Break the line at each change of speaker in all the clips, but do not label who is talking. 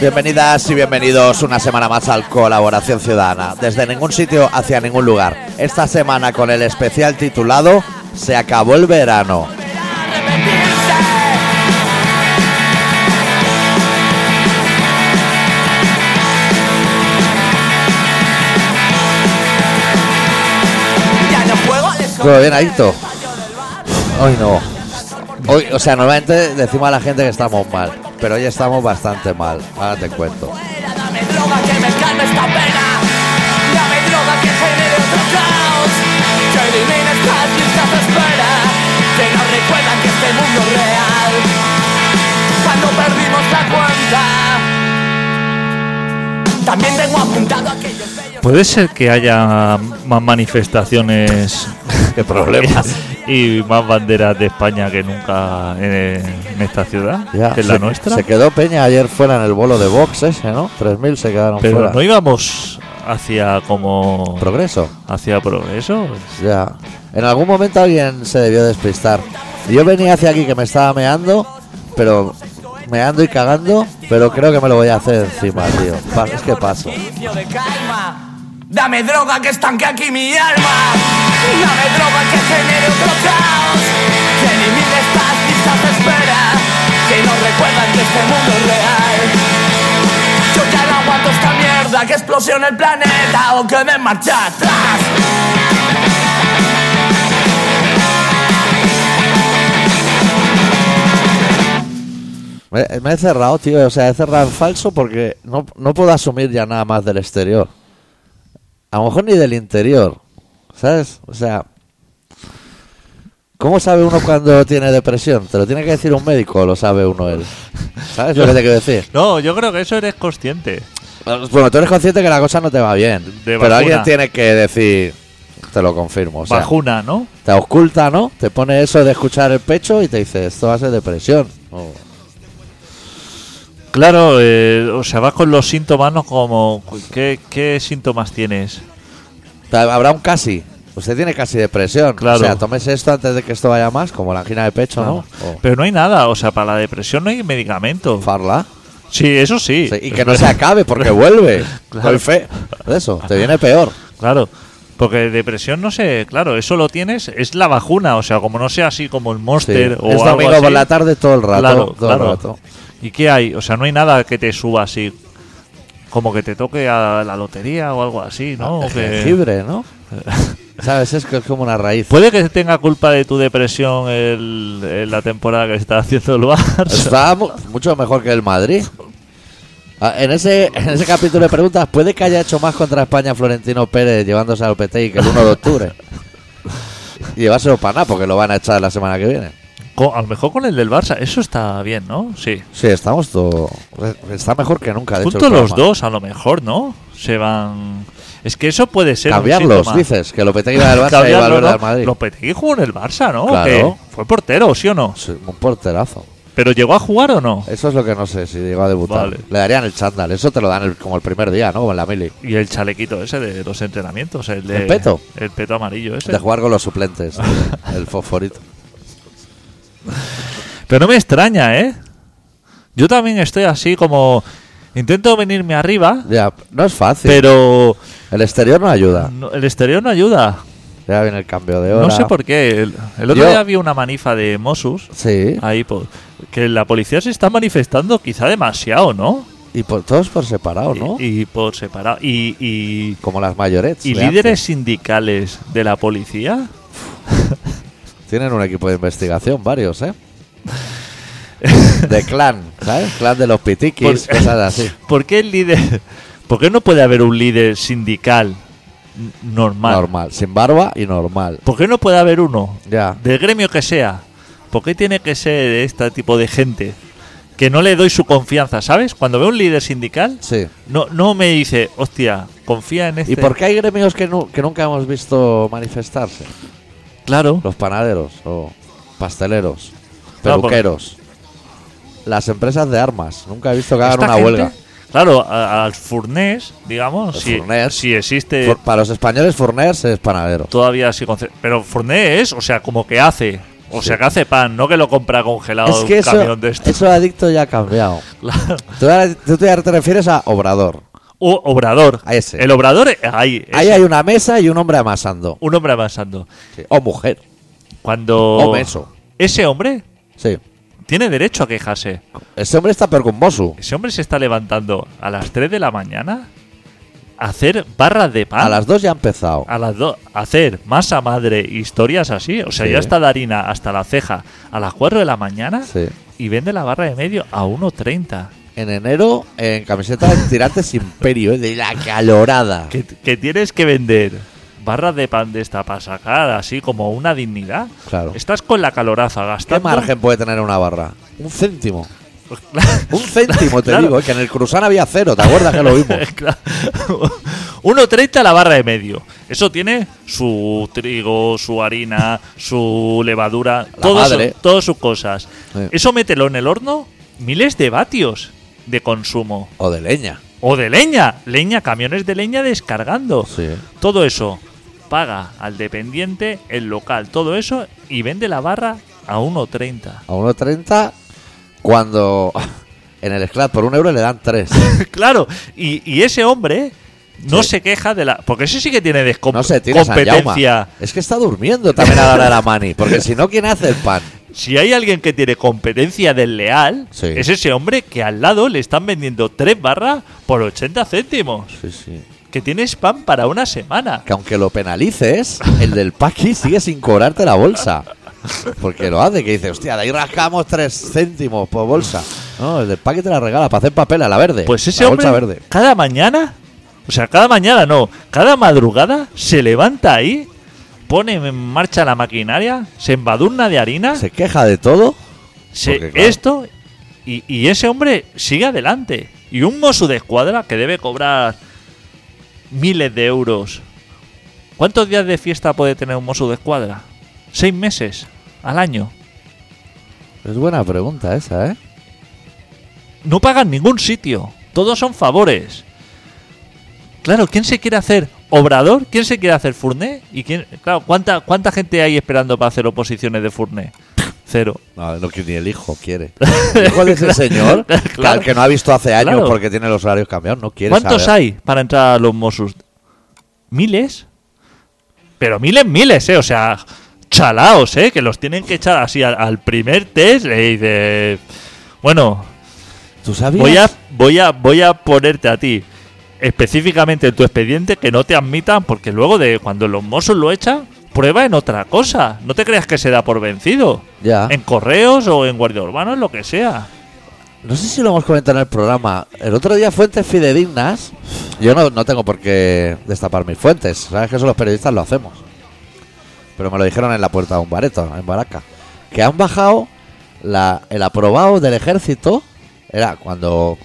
Bienvenidas y bienvenidos una semana más al Colaboración Ciudadana. Desde ningún sitio hacia ningún lugar. Esta semana con el especial titulado Se acabó el verano. Todo bien, Aito. Hoy no. Hoy, o sea, normalmente decimos a la gente que estamos mal, pero hoy estamos bastante mal. Ahora te cuento.
Dame droga que me calme esta pena. Dame droga que genere otro caos. Que elimine estas listas de espera. Que nos recuerdan que este mundo es real. Cuando perdimos la cuenta. También tengo apuntado aquellos bellos.
Puede ser que haya más manifestaciones
Qué problemas.
y más banderas de España que nunca en, en esta ciudad,
Ya,
que en
se,
la nuestra.
se quedó Peña ayer fuera en el bolo de box ese, ¿no? 3.000 se quedaron
Pero
fuera.
no íbamos hacia como
Progreso.
hacia progreso.
Ya. En algún momento alguien se debió despistar. Yo venía hacia aquí que me estaba meando, pero meando y cagando, pero creo que me lo voy a hacer encima, tío. Pa- Es que paso.
Vicio de calma. Dame droga que estanque aquí mi alma. Dame droga que genere otro caos. Que elimine estas listas de espera. Que nos recuerdan que este mundo es real. Yo ya no aguanto esta mierda que explosione el planeta o que me marcha atrás.
Me, me he cerrado, tío. O sea, he cerrado en falso porque no, no puedo asumir ya nada más del exterior. A lo mejor ni del interior. ¿Sabes? O sea... ¿Cómo sabe uno cuando tiene depresión? ¿Te lo tiene que decir un médico o lo sabe uno él? ¿Sabes lo que te quiero decir?
No, yo creo que eso eres consciente.
Bueno, tú eres consciente que la cosa no te va bien. pero
vacuna.
alguien tiene que decir, te lo confirmo. O sea,
Vacuna, ¿no?
te oculta, ¿no? Te pone eso de escuchar el pecho y te dice, esto va a ser depresión.
Oh.
O-
Claro, eh, o sea, vas con los síntomas, ¿no? Como, ¿qué, qué síntomas tienes?
ta- Habrá un casi. Usted tiene casi depresión.
Claro.
O sea, tomes esto antes de que esto vaya más, como la angina de pecho, ¿no? Oh. O
Pero no hay nada, o sea, para la depresión no hay medicamento.
farla.
Sí, eso sí.
Sí, y que no se acabe porque vuelve.
Claro.
Con fe. Eso, te viene peor.
Claro, porque depresión no sé, claro, eso lo tienes, es la vacuna, o sea, como no sea así como el
Sí.
Monster
Es
o algo
domingo
así,
por la tarde todo el rato.
claro,
todo el
claro.
rato.
¿Y qué hay? O sea, no hay nada que te suba así, como que te toque a la lotería o algo así, ¿no? O
El
que-
jengibre, ¿no? ¿Sabes? Es que es como una raíz.
Puede que tenga culpa de tu depresión el, el- la temporada que está haciendo el Barça.
Está Pues mu- mucho mejor que el Madrid. Ah, En ese, en ese capítulo de preguntas, ¿puede que haya hecho más contra España Florentino Pérez llevándose al PTI que el 1 de octubre? Y llevárselo para nada, porque lo van a echar la semana que viene.
Co- a lo mejor con el del Barça, eso está bien, ¿no? Sí.
Sí, estamos todo. Está mejor que nunca. De hecho, el
Juntos los
programa.
dos, a lo mejor, ¿no? Se van... Es que eso puede ser un
Cambiarlos,
síntoma.
dices. Que Lopetegui va del Barça y
Cambiarlo,
Valverde
¿no?
al Madrid.
Lopetegui jugó en el Barça, ¿no?
Claro.
Que fue portero, ¿sí o no?
Sí, un porterazo.
¿Pero llegó a jugar o no?
Eso es lo que no sé si llegó a debutar.
Vale.
Le darían el chándal. Eso te lo dan el- como el primer día, ¿no? Como en la mili.
Y el chalequito ese de los entrenamientos, el de...
¿El peto?
El peto amarillo ese.
De jugar con los suplentes. el fosforito.
Pero no me extraña, ¿eh? Yo también estoy así como... Intento venirme arriba,
Ya, no es fácil.
pero
El exterior no ayuda.
no- el exterior no ayuda.
Ya viene el cambio de hora.
Mm. No sé por qué. El, el otro
Yo-
día vi una manifa de Mosus.
Sí.
Ahí, por, que la policía se está manifestando quizá demasiado, ¿no?
Y por, todos por separado, ¿no?
Y, y por separado. Y- y
Como las mayorets.
¿Y
de antes.
líderes sindicales de la policía?
Tienen un equipo de investigación, varios, ¿eh? de clan, ¿sabes? Clan de los pitiquis,
Por-
cosas así.
¿Por qué el líder.? ¿Por qué no puede haber un líder sindical n- normal?
Normal. Sin barba y normal.
¿Por qué no puede haber uno?
Ya.
Del gremio que sea. ¿Por qué tiene que ser de este tipo de gente? Que no le doy su confianza, ¿sabes? Cuando veo un líder sindical,
Sí.
no, no me dice, hostia, confía en este.
¿Y por qué hay gremios que, nu- que nunca hemos visto manifestarse?
Claro.
Los panaderos o pasteleros,
No, por-
peluqueros, las empresas de armas. Nunca he visto que hagan
Esta
una
gente,
huelga.
Claro, a- al Furnés, digamos,
El
si,
Furnés.
si existe.
Fur- para los españoles, Fourners es panadero.
Todavía sí conce- Pero Fournet es, o sea, como que hace. O sea que hace pan, no que lo compra congelado
Es
de
que
un
eso,
camión de estos.
eso adicto ya ha cambiado.
Claro.
Tú, ahora- tú te te refieres a obrador.
O obrador.
A ese.
El obrador, eh, ahí. ese.
Ahí hay una mesa y un hombre amasando.
Un hombre avanzando.
Sí. O mujer.
Cuando.
Hombre, eso.
Ese hombre
Sí.
tiene derecho a quejarse.
Ese hombre está peor que un Mosu.
Ese hombre se está levantando a las 3 de la mañana a hacer barras de pan.
A las dos ya ha empezado.
a las do- a hacer masa madre, historias así. O sea,
Sí.
ya está Darina hasta la ceja a las 4 de la mañana
Sí.
y vende la barra de medio a 1.30.
En enero, en camiseta de tirantes imperio, eh, de la calorada.
Que, que tienes que vender barras de pan de esta para sacar así como una dignidad.
Claro.
Estás con la caloraza
¿Qué
gastando. Pues
margen puede tener una barra? Un céntimo. Un céntimo, te
Claro.
digo, eh, que en el Cruzán había cero, ¿te acuerdas que lo vimos?
Claro. 1.30 la barra de medio. Eso tiene su trigo, su harina, su levadura,
La
todo su-
madre.
todas sus cosas.
Sí.
Eso mételo en el horno, miles de vatios de consumo.
O de leña.
O de leña, leña, camiones de leña descargando.
Sí.
Todo eso paga al dependiente, el local, todo eso y vende la barra a 1.30.
A 1.30, cuando en el Sclat por un euro le dan tres.
claro, y, y ese hombre no
Sí.
se queja de la. Porque ese sí que tiene descom-
No se tira San
competencia.
Jaume. Es que está durmiendo también a la hora de la mani, porque si no, ¿quién hace el pan?
Si hay alguien que tiene competencia desleal,
Sí.
es ese hombre que al lado le están vendiendo tres barras por 80 céntimos.
Sí, sí.
Que tienes pan para una semana.
Que aunque lo penalices, el del paqui sigue sin cobrarte la bolsa. Porque lo hace, que dice, hostia, de ahí rascamos tres céntimos por bolsa. No, el del paqui te la regala para hacer papel a la verde.
Pues ese
Eh, la
hombre,
bolsa verde.
cada mañana, o sea, cada mañana no, cada madrugada se levanta ahí, pone en marcha la maquinaria, se embadurna de harina,
Se queja de todo.
se-
porque, claro.
esto, y, y ese hombre sigue adelante. Y un mozo de escuadra que debe cobrar miles de euros. ¿Cuántos días de fiesta puede tener un mozo de escuadra? ¿Seis meses al año?
Es buena pregunta esa, ¿eh?
no pagan ningún sitio. Todos son favores. Claro, ¿quién se quiere hacer obrador? ¿Quién se quiere hacer Furné? Y quién, claro, ¿cuánta, ¿cuánta gente hay esperando para hacer oposiciones de Furné? Cero.
No, no, que ni el hijo quiere. El hijo de ese señor, que al
Claro.
que no ha visto hace años
Claro.
porque tiene los horarios cambiados, no quiere
¿Cuántos
saber.
hay para entrar a los Mossos? ¿Miles? Pero miles, miles, ¿eh? O sea, chalaos, ¿eh? Que los tienen que echar así al, al primer test. Le dice, bueno,
¿Tú sabías?
Voy a, voy, a, voy a ponerte a ti específicamente en tu expediente que no te admitan, porque luego de cuando los Mossos lo echan, prueba en otra cosa. No te creas que se da por vencido.
Ya.
En correos o en guardia urbana, lo que sea.
No sé si lo hemos comentado en el programa. El otro día fuentes fidedignas. Yo no, no tengo por qué destapar mis fuentes. Sabes que eso los periodistas lo hacemos. Pero me lo dijeron en la puerta de un bareto, en Baraca. Que han bajado la- el aprobado del ejército. Era cuando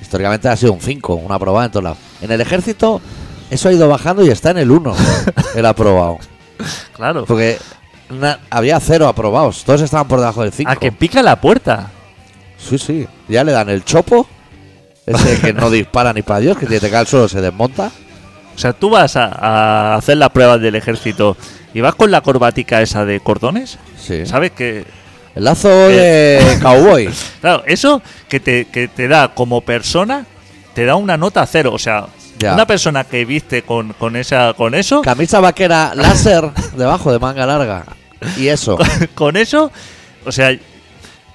históricamente ha sido un 5, un aprobado en todos lados. En el ejército eso ha ido bajando y está en el 1, el aprobado.
Claro.
Porque na- había cero aprobados. Todos estaban por debajo del 5.
A Ah, que pica la puerta.
Sí, sí. Ya le dan el chopo. Ese que no dispara ni para Dios, que tiene que caer al suelo, se desmonta.
O sea, tú vas a, a hacer las pruebas del ejército y vas con la corbatica esa de cordones.
Sí. Eh.
¿Sabes que
El lazo de cowboy.
Claro, eso que te, que te da como persona, te da una nota cero. O sea,
Ya.
una persona que viste con, con esa, con eso,
Camisa vaquera láser debajo de manga larga. Y eso.
con eso, o sea,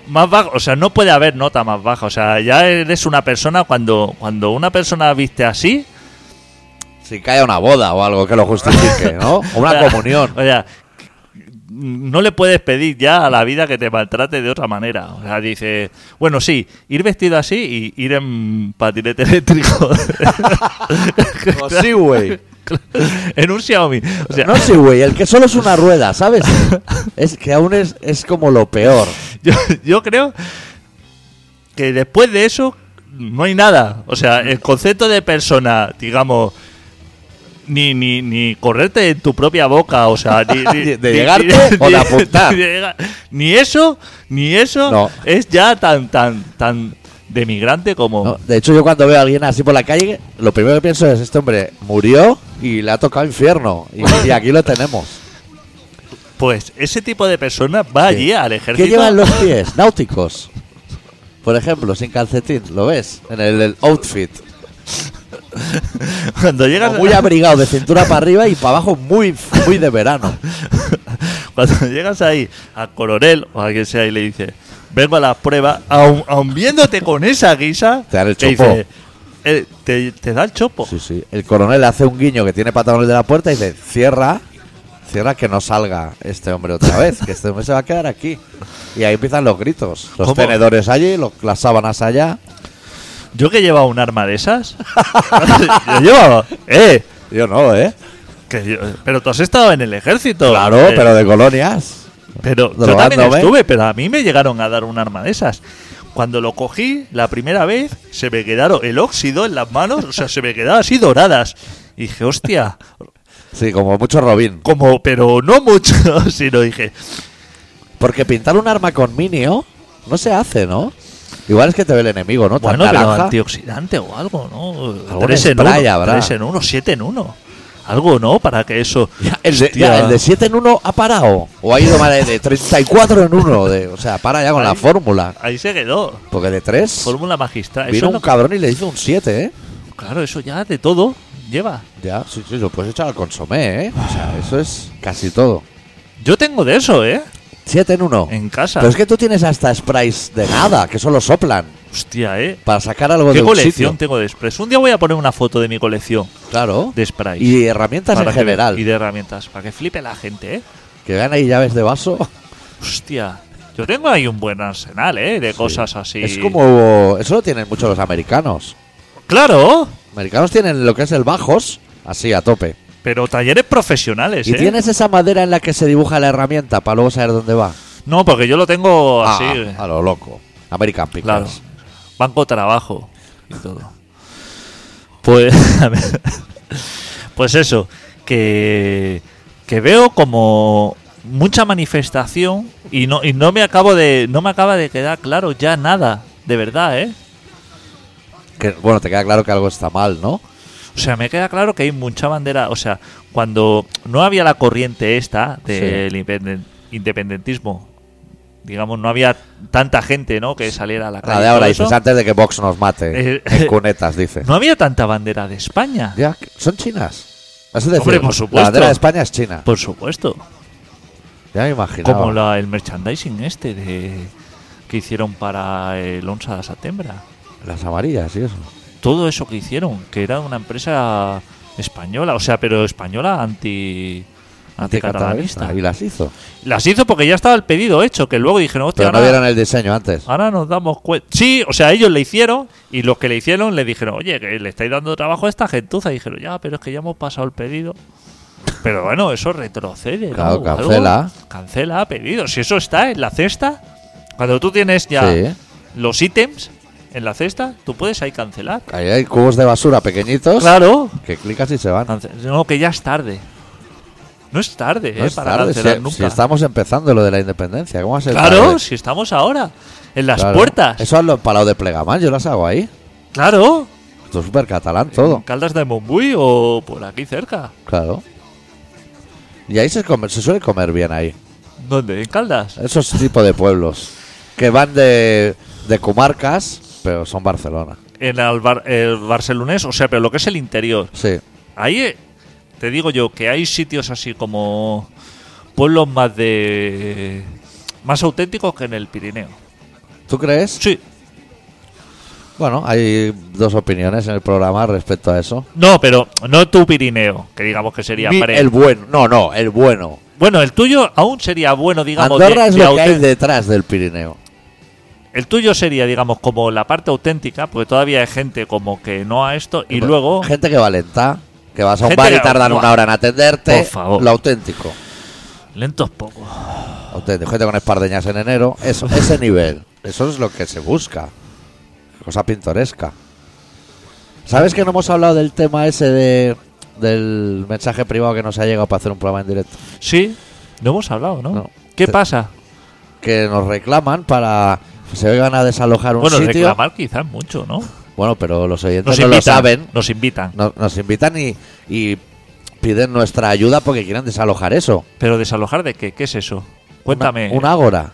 más bajo, o sea, no puede haber nota más baja. O sea, ya eres una persona cuando, cuando una persona viste así.
Si cae a una boda o algo que lo justifique, ¿no? O
o
una
sea,
comunión.
O sea, no le puedes pedir ya a la vida que te maltrate de otra manera. O sea, dice, bueno, sí, ir vestido así y ir en patinete eléctrico.
O Pues sí, güey.
en un Xiaomi. O sea,
No, sí, güey. El que solo es una rueda, ¿sabes? Es que aún es, es como lo peor.
yo, yo creo que después de eso no hay nada. O sea, el concepto de persona, digamos, ni, ni, ni correrte en tu propia boca, o sea, ni, ni-
De
ni-
llegarte o de apuntar.
ni llegar- ni eso, ni eso
No.
es ya tan, tan, tan de migrante como.
No, de hecho, yo cuando veo a alguien así por la calle, lo primero que pienso es, este hombre murió y le ha tocado infierno. Y, y aquí lo tenemos.
Pues ese tipo de personas va allí al ejército.
¿Qué llevan los pies? Náuticos. Por ejemplo, sin calcetín, ¿lo ves? En el, el outfit.
Cuando llegas
Muy abrigado, de cintura para arriba y para abajo muy, muy de verano.
Cuando llegas ahí a coronel o a quien sea y le dices, vengo a las pruebas, aun, aun viéndote con esa guisa,
Te dan el
te
chopo.
dice, eh, te, te da el chopo.
Sí, sí. El coronel hace un guiño que tiene patagones de la puerta y dice, cierra, cierra que no salga este hombre otra vez, que este hombre se va a quedar aquí. Y ahí empiezan los gritos. Los
¿Cómo?
tenedores allí, los- las sábanas allá.
Yo que llevaba un arma de esas, yo llevaba, eh,
Yo no, ¿eh?
que yo- pero tú has estado en el ejército.
Claro,
eh,
pero de colonias.
pero yo
drogándome.
también estuve, pero a mí me llegaron a dar un arma de esas. Cuando lo cogí la primera vez, se me quedaron el óxido en las manos, o sea, se me quedaban así doradas. Y dije, hostia,
Sí, como mucho Robin.
como, pero no mucho, sino dije,
Porque pintar un arma con minio no se hace, ¿no? Igual es que te ve el enemigo, ¿no? Tan
bueno, pero
naranja.
antioxidante o algo, ¿no?
Algún
Tres en,
spray
uno,
habrá.
tres en uno, siete en uno. Algo, ¿no? Para que eso...
El de,
Hostia.
ya, el de 7 en 1 ha parado. O ha ido mal de 34 en 1. De, o sea, para ya con la
Ahí.
fórmula.
Ahí se quedó.
Porque de 3
Fórmula magistral. Eso
vino
es
un
lo que-
cabrón y le hizo un 7, ¿eh?
claro, eso ya de todo lleva.
Ya, sí, sí, lo puedes echar al consomé, ¿eh? O sea, eso es casi todo.
Yo tengo de eso, ¿eh?
7 en 1.
En casa.
Pero es que tú tienes hasta sprays de nada, que solo soplan.
Hostia, ¿eh?
Para sacar algo
¿Qué
de un
colección
sitio.
tengo de sprays? Un día voy a poner una foto de mi colección
Claro.
de sprays.
Y herramientas
Para
en
que-
general.
Y de herramientas. Para que flipe la gente, ¿eh?
Que vean ahí llaves de vaso.
Hostia. Yo tengo ahí un buen arsenal, ¿eh? De cosas así.
Es como. Eso lo tienen muchos los americanos.
¡Claro!
Americanos tienen lo que es el bajos, así a tope.
Pero talleres profesionales,
¿Y
¿eh?
tienes esa madera en la que se dibuja la herramienta para luego saber dónde va?
No, porque yo lo tengo así.
Ah, a lo loco. American Pickers.
Claro. Banco trabajo y todo. Pues, a ver, pues eso, que, que veo como mucha manifestación y no, y no me acabo de. No me acaba de quedar claro ya nada, de verdad, ¿eh?
Que, bueno, te queda claro que algo está mal, ¿no?
O sea, me queda claro que hay mucha bandera. O sea, cuando no había la corriente esta del independen- independentismo, digamos, no había tanta gente, ¿no? Que saliera a la calle.
La de
y
ahora
todo
dices,
eso.
antes de que Vox nos mate.
Eh,
en cunetas, dice.
No había tanta bandera de España.
Ya, que- son chinas. Es decir,
Hombre, por
La
supuesto.
bandera de España es china.
Por supuesto.
Ya me imaginaba.
Como la- el merchandising este de que hicieron para el 11 de septiembre.
Las amarillas y eso.
Todo eso que hicieron, que era una empresa española, o sea, pero española anti anticatalanista.
Y las hizo.
Las hizo porque ya estaba el pedido hecho, que luego dijeron, hostia,
Pero no
ahora- Ah.
vieron el diseño antes.
Ahora nos damos cuenta. Sí, o sea, ellos le hicieron y los que le hicieron le dijeron, oye, que le estáis dando trabajo a esta gentuza. Y dijeron, ya, pero es que ya hemos pasado el pedido. Pero bueno, eso retrocede. ¿no?
Claro,
O algo.
cancela.
Cancela pedido. Si eso está en la cesta, cuando tú tienes ya
Sí.
los ítems en la cesta, tú puedes ahí cancelar.
Ahí hay cubos de basura pequeñitos
Claro.
que clicas y se van.
Cance- No, que ya es tarde. No es tarde,
No
¿eh?
es
para
tarde,
cancelar
si,
nunca.
si estamos empezando lo de la independencia, ¿cómo va a ser
claro,
tarde?
si estamos ahora. En las
Claro.
puertas.
Eso hazlo en Palau de Plegamán, yo las hago ahí.
Claro.
Esto es súper catalán
En
todo,
Caldas de Montbui o por aquí cerca.
claro. Y ahí se, come- se suele comer bien ahí.
¿Dónde? ¿En Caldas?
Esos tipos de pueblos que van de, de comarcas, pero son Barcelona.
En el, bar- el barcelonés, o sea, pero lo que es el interior.
Sí,
Ahí eh, te digo yo que hay sitios así como pueblos más de. más auténticos que en el Pirineo.
¿tú crees?
Sí.
Bueno, hay dos opiniones en el programa respecto a eso.
No, pero no tu Pirineo, que digamos que sería
Mi-
pre-
el bueno, no, no, el bueno.
Bueno, el tuyo aún sería bueno, digamos. de-
Andorra es
de
lo que hay
auténtico.
detrás del Pirineo.
El tuyo sería, digamos, como la parte auténtica, porque todavía hay gente como que no a esto, y luego.
Gente que va lenta, que vas a un
Gente
bar y
que-
tardan
Buah.
una hora en atenderte.
Por favor.
Lo auténtico.
Lentos poco.
auténtico. Gente con espardeñas en enero. Eso, ese nivel. Eso es lo que se busca. Cosa pintoresca. ¿Sabes que no hemos hablado del tema ese de, del mensaje privado que nos ha llegado para hacer un programa en directo?
Sí, no hemos hablado, ¿no?
No.
¿Qué
Te-
pasa?
Que nos reclaman para. Se vengan a desalojar un
Bueno,
sitio.
reclamar quizás mucho, ¿no?
Bueno, pero los oyentes
Nos
no
invitan,
lo saben.
Nos invitan.
No- nos invitan y, y piden nuestra ayuda porque quieren desalojar eso.
Pero desalojar de qué? ¿Qué es eso? Cuéntame.
Una, un ágora.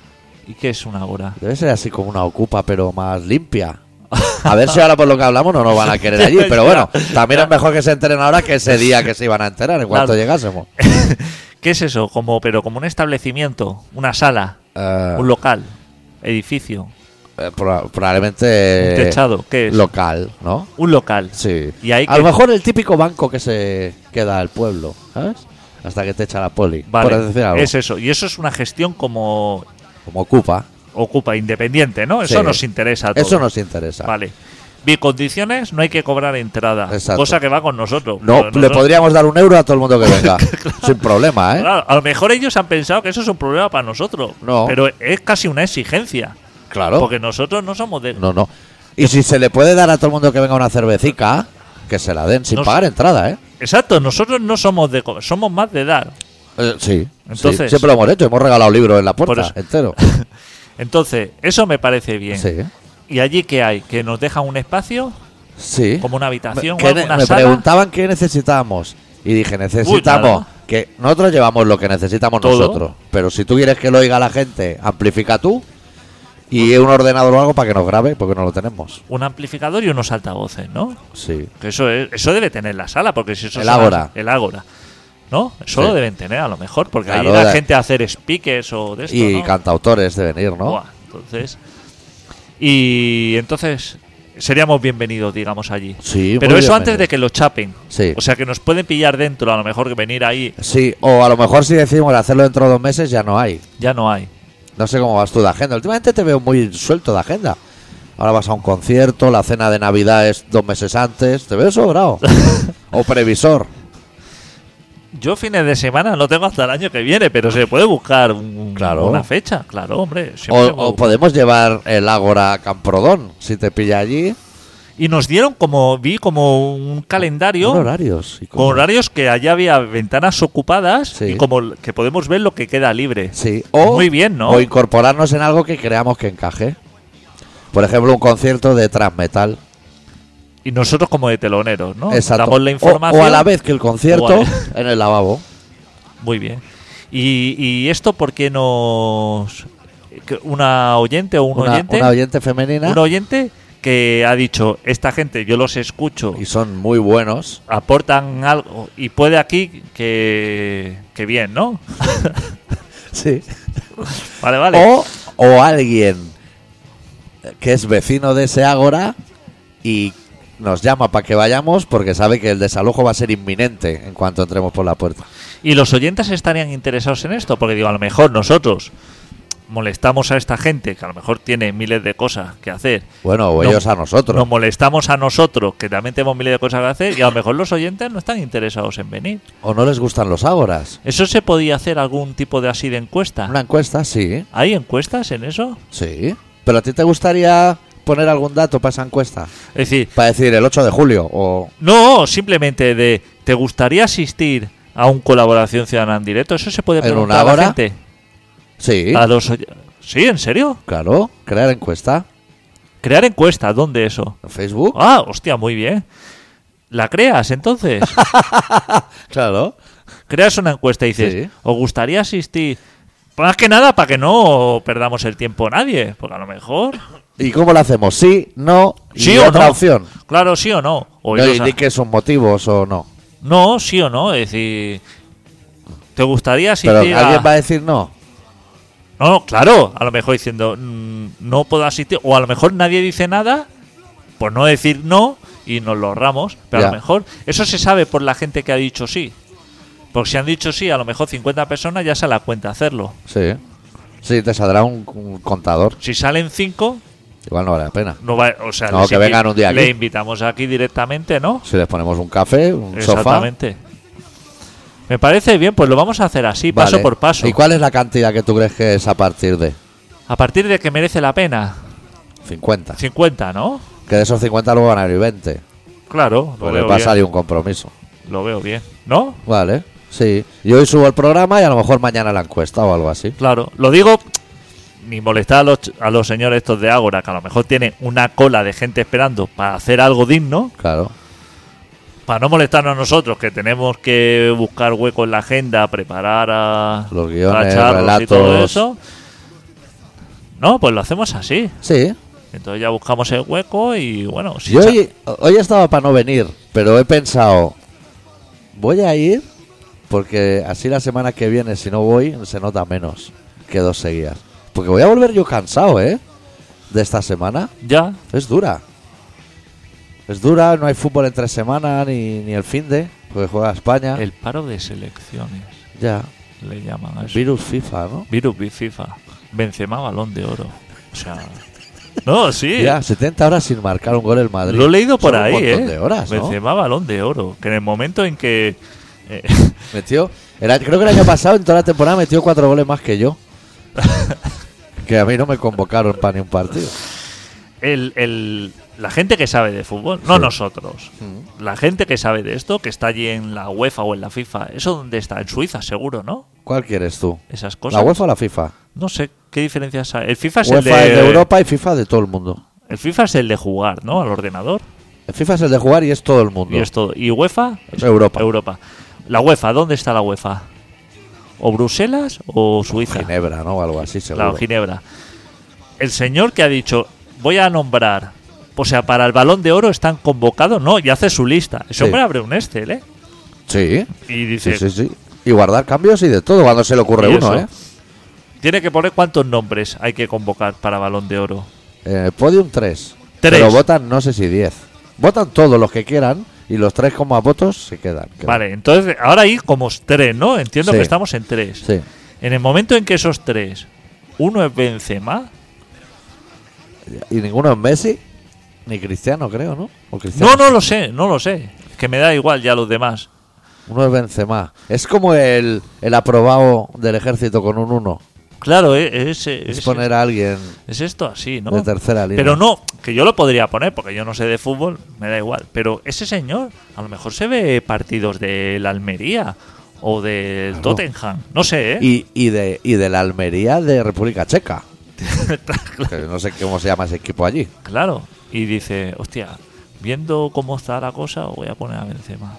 ¿Y qué es una hora?
Debe ser así como una ocupa, pero más limpia. A ver si ahora por lo que hablamos no nos van a querer allí. Pero bueno, también es mejor que se enteren ahora que ese día que se iban a enterar en cuanto
Claro.
llegásemos.
¿Qué es eso? Como, pero como un establecimiento, una sala,
Eh,
un local, edificio,
eh, proba- probablemente
un techado, ¿qué es?
local, ¿no?
un local.
Sí.
Y ahí
a
que-
lo mejor el típico banco que se queda al pueblo, ¿sabes? Hasta que te echa la poli.
Vale,
por decir algo.
es eso. Y eso es una gestión como
Como ocupa.
ocupa, independiente, ¿no? Eso
Sí.
nos interesa a todos.
Eso nos interesa.
Vale. Bicondiciones, no hay que cobrar entrada.
Exacto.
Cosa que va con nosotros.
No,
Pero
le
nosotros-
podríamos dar un euro a todo el mundo que venga. Sin problema, ¿eh?
Claro, a lo mejor ellos han pensado que eso es un problema para nosotros.
No.
Pero es casi una exigencia.
Claro.
Porque nosotros no somos de.
No, no. Y si se le puede dar a todo el mundo que venga una cervecica, que se la den sin
No sé.
pagar entrada, ¿eh?
Exacto, nosotros no somos de. co- Somos más de dar.
Eh, sí, sí.
Entonces-
siempre lo hemos hecho, hemos regalado libros en la
Por
puerta
eso.
entero.
Entonces, eso me parece bien.
Sí,
¿Y allí qué hay? ¿Que nos dejan un espacio?
sí.
¿Como una habitación?
Que
o
ne-
alguna
me
sala?
preguntaban qué necesitábamos y dije, necesitamos
nada.
que nosotros llevamos lo que necesitamos
Todo.
nosotros, pero si tú quieres que lo oiga la gente, amplifica tú y un ordenador o algo para que nos grabe, porque no lo tenemos.
Un amplificador y unos altavoces, ¿no?
Sí.
Que eso, es- eso debe tener la sala, porque si eso
El
son-
Ágora.
El Ágora. ¿No? Eso
Sí.
lo deben tener a lo mejor, porque
Claro,
ahí la
la-
gente a hacer speakers o de esto.
y
¿no?
cantautores de venir, ¿no?
Buah, entonces. Y entonces seríamos bienvenidos, digamos, allí.
Sí,
Pero
muy
eso antes
bienvenidos.
de que lo chapen.
Sí.
O sea, que nos pueden pillar dentro, a lo mejor que venir ahí
Sí, o a lo mejor si decimos hacerlo dentro de dos meses ya no hay.
ya no hay.
No sé cómo vas tú de agenda. Últimamente te veo muy suelto de agenda. Ahora vas a un concierto, la cena de Navidad es dos meses antes. Te veo sobrado. o previsor.
Yo fines de semana no tengo hasta el año que viene, pero se puede buscar un-
Claro.
una fecha, claro, hombre.
O,
siempre se puede
o
buscar.
podemos llevar el Ágora a Camprodón, si te pilla allí.
Y nos dieron como, vi como un calendario
Con horarios. y
con
con-
horarios que allá había ventanas ocupadas
Sí.
y como l- que podemos ver lo que queda libre.
Sí, o,
Muy bien, ¿no?
o incorporarnos en algo que creamos que encaje. Por ejemplo, un concierto de thrash metal.
Y nosotros como de teloneros, ¿no?
Exacto.
Damos la
O-
información.
o a la vez que el concierto
O
en el lavabo.
Muy bien. ¿Y, y esto por qué nos... que Una oyente o un
una,
oyente...
una oyente femenina.
un oyente que ha dicho, esta gente yo los escucho,
y son muy buenos.
aportan algo y puede aquí que... Que bien, ¿no?
Sí.
Vale, vale.
O, o alguien que es vecino de ese ágora y nos llama para que vayamos porque sabe que el desalojo va a ser inminente en cuanto entremos por la puerta.
¿Y los oyentes estarían interesados en esto? Porque digo, a lo mejor nosotros molestamos a esta gente que a lo mejor tiene miles de cosas que hacer.
Bueno, o
No-
ellos a nosotros.
Nos molestamos a nosotros, que también tenemos miles de cosas que hacer, y a lo mejor los oyentes no están interesados en venir.
O no les gustan los ágoras.
¿Eso se podía hacer algún tipo de así de encuesta?
Una encuesta, sí.
¿Hay encuestas en eso?
Sí. Pero a ti te gustaría poner algún dato para esa encuesta.
Es decir,
Para decir el 8 de julio o...
no, simplemente de ¿te gustaría asistir a un colaboración ciudadana en directo? Eso se puede
¿En
preguntar
una
a la
hora?
gente.
Sí.
A los oy- ¿Sí, en serio?
Claro. Crear encuesta.
Crear encuesta, ¿dónde eso?
En Facebook.
Ah, hostia, muy bien. ¿La creas entonces? Ah.
Claro.
creas una encuesta y dices,
Sí.
¿os gustaría asistir? Más que nada para que no perdamos el tiempo nadie, porque a lo mejor...
¿Y cómo lo hacemos? Sí, no, y
Sí o
otra
no. Pues
opción.
Claro, sí o no. O
no
ellos a-
indique sus motivos o no.
No, sí o no. Es decir, ¿te gustaría
Pero
asistir a-
alguien va a decir no.
No, claro. A lo mejor diciendo, "Mm, no puedo asistir. O a lo mejor nadie dice nada, por no decir no y nos lo ahorramos. Pero a
Ya.
lo mejor eso se sabe por la gente que ha dicho sí. Porque si han dicho sí, a lo mejor 50 personas ya se la cuenta hacerlo.
Sí. Sí, te saldrá un, un contador.
Si salen 5,
Igual no vale la pena.
no va, o sea,
No,
les
que
invi-
vengan un día
le
aquí.
invitamos aquí directamente, ¿no?
Si les ponemos un café, un sofá.
Exactamente. Me parece bien, pues lo vamos a hacer así,
vale.
paso por paso.
¿Y cuál es la cantidad que tú crees que es a partir de
A partir de que merece la pena.
50?
50, ¿no?
Que de esos 50 luego van a ir 20.
Claro, lo
Porque
veo,
Pues va a
bien.
salir un compromiso.
lo veo bien. ¿No?
Vale. Sí. Yo hoy subo el programa y a lo mejor mañana la encuesta o algo así.
Claro. Lo digo ni molestar a los, ch- a los señores estos de Ágora, que a lo mejor tienen una cola de gente esperando para hacer algo digno,
Claro.
para no molestarnos a nosotros, que tenemos que buscar hueco en la agenda, preparar a
Los guiones,
a charlos y todo
relatos.
eso. No, pues lo hacemos así.
Sí.
Entonces ya buscamos el hueco y bueno, si
Yo
cha-
hoy, hoy estaba para no venir, pero he pensado, voy a ir porque así la semana que viene, si no voy, se nota menos que dos seguidas. Porque voy a volver yo cansado, ¿eh? De esta semana.
ya,
Es dura. Es dura, no hay fútbol entre semana ni, ni el fin de, porque juega España.
el paro de selecciones
Ya,
le llaman a eso.
virus FIFA, ¿no?
Virus vi- FIFA. Benzema balón de oro. O sea, no, sí.
Ya, 70 horas sin marcar un gol el Madrid.
Lo he leído por
Son
ahí,
un montón
¿eh?
de horas, ¿no?
Benzema balón de oro, que en el momento en que eh,
Metió. el a- creo que el año pasado, en toda la temporada, metió cuatro goles más que yo. que a mí no me convocaron para ni un partido.
el- el- la gente que sabe de fútbol, no nosotros,
Mm.
la gente que sabe de esto, que está allí en la UEFA o en la FIFA, ¿eso dónde está? En Suiza, seguro, ¿no?
¿Cuál quieres tú?
Esas cosas.
¿La UEFA o la FIFA?
No sé qué diferencias hay. El FIFA es
UEFA
el de,
es de Europa y FIFA de todo el mundo.
El FIFA es el de jugar, ¿no? Al ordenador
El FIFA es el de jugar y es todo el mundo.
y es todo. Y UEFA es
Europa.
Europa. La UEFA, ¿dónde está la UEFA? ¿O Bruselas o Suiza?
Ginebra, ¿no? Algo así, seguro.
Claro, Ginebra. El señor que ha dicho, voy a nombrar, o sea, para el balón de oro están convocados, no, y hace su lista. Ese
Sí.
hombre abre un Excel, ¿eh?
sí,
Y dice,
sí, sí, sí. Y guardar cambios y de todo, cuando se le ocurre
Y
uno,
eso.
¿eh?
tiene que poner cuántos nombres hay que convocar para balón de oro.
Eh, podium 3.
Tres.
Pero votan, no sé si 10. Votan todos los que quieran y los tres con más votos se quedan. creo.
Vale, entonces, ahora hay como tres, ¿no? Entiendo
Sí.
que estamos en tres.
Sí.
En el momento en que esos tres, uno es Benzema,
Y ninguno es Messi, ni Cristiano, creo, ¿no? O Cristiano.
no, no lo sé, no lo sé, que me da igual ya los demás.
Uno es Benzema. Es como el, el aprobado del ejército con un uno.
Claro, e- es, es,
Es poner a alguien.
es esto así, ¿no?
de tercera línea.
Pero no, que yo lo podría poner, porque yo no sé de fútbol, me da igual. Pero ese señor, a lo mejor se ve partidos del Almería o del
Claro.
Tottenham, no sé, ¿eh?
Y, y, de, y de la Almería de República Checa. Que no sé cómo se llama ese equipo allí.
Claro, y dice, hostia, viendo cómo está la cosa, voy a poner a Benzema.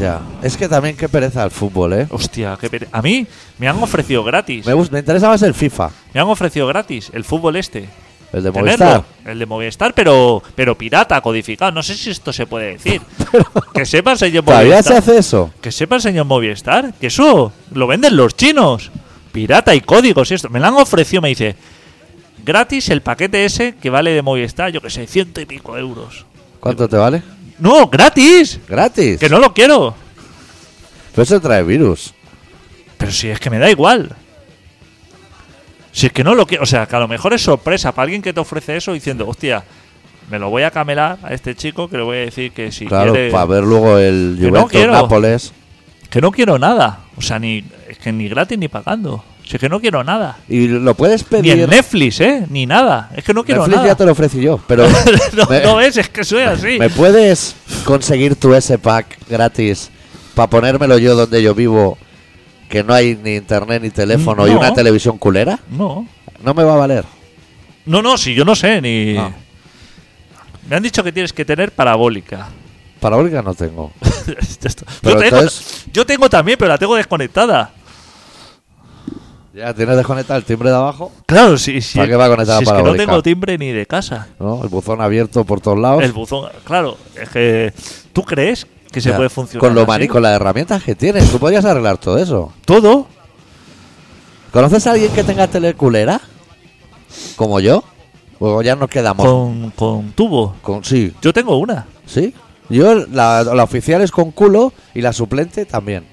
Ya. Es que también qué pereza el fútbol, ¿eh?
Hostia, qué pere- A mí me han ofrecido gratis.
Me, gust- me interesa más el FIFA,
Me han ofrecido gratis el fútbol este.
el de
Tenerlo,
Movistar.
El de Movistar, pero, pero pirata, codificado. No sé si esto se puede decir. que sepa el señor
¿Todavía se
Movistar.
hace eso?
Que sepa el señor Movistar. Que eso lo venden los chinos. Pirata y códigos y esto. Me lo han ofrecido, me dice. Gratis el paquete ese que vale de Movistar, yo que sé, ciento y pico euros.
¿Cuánto te vale?
No, gratis.
Gratis.
Que no lo quiero.
Pero eso trae virus.
Pero si es que me da igual. Si es que no lo quiero. O sea, que a lo mejor es sorpresa para alguien que te ofrece eso diciendo, hostia, me lo voy a camelar a este chico que le voy a decir que si
claro,
quiere.
para ver luego el
Que no
Juventus
quiero.
Nápoles.
Que no quiero nada. O sea, ni, es que ni gratis ni pagando. Si es que no quiero nada.
Y lo puedes
Ni en
pedir.
Netflix, ¿eh? Ni nada. Es que no quiero
Netflix ya
nada.
te lo ofrecí yo, pero
no,
me-
no eh. ves, es que soy así.
¿Me puedes conseguir tu ese pack gratis para ponérmelo yo donde yo vivo, que no hay ni internet ni teléfono y
No.
una televisión culera?
No.
No me va a valer.
No, no, si yo no sé, ni.
Ah.
Me han dicho que tienes que tener parabólica.
Parabólica no tengo.
Ya está.
Pero
yo, tengo,
entonces-
yo tengo también, pero la tengo desconectada.
Ya tienes desconectado el timbre de abajo,
Claro, sí, sí.
¿Para qué va a conectar la
si es que no
parabólica?
tengo timbre ni de casa.
¿no? El buzón abierto por todos lados.
El buzón, claro, es que tú crees que se
Ya.
puede funcionar
Con lo
así?
maní, con las herramientas que tienes, tú podrías arreglar todo eso.
todo.
¿Conoces a alguien que tenga teleculera? ¿Como yo? O ya nos quedamos.
Con, con tubo.
con sí,
Yo tengo una.
sí. Yo, la, la oficial es con culo y la suplente también.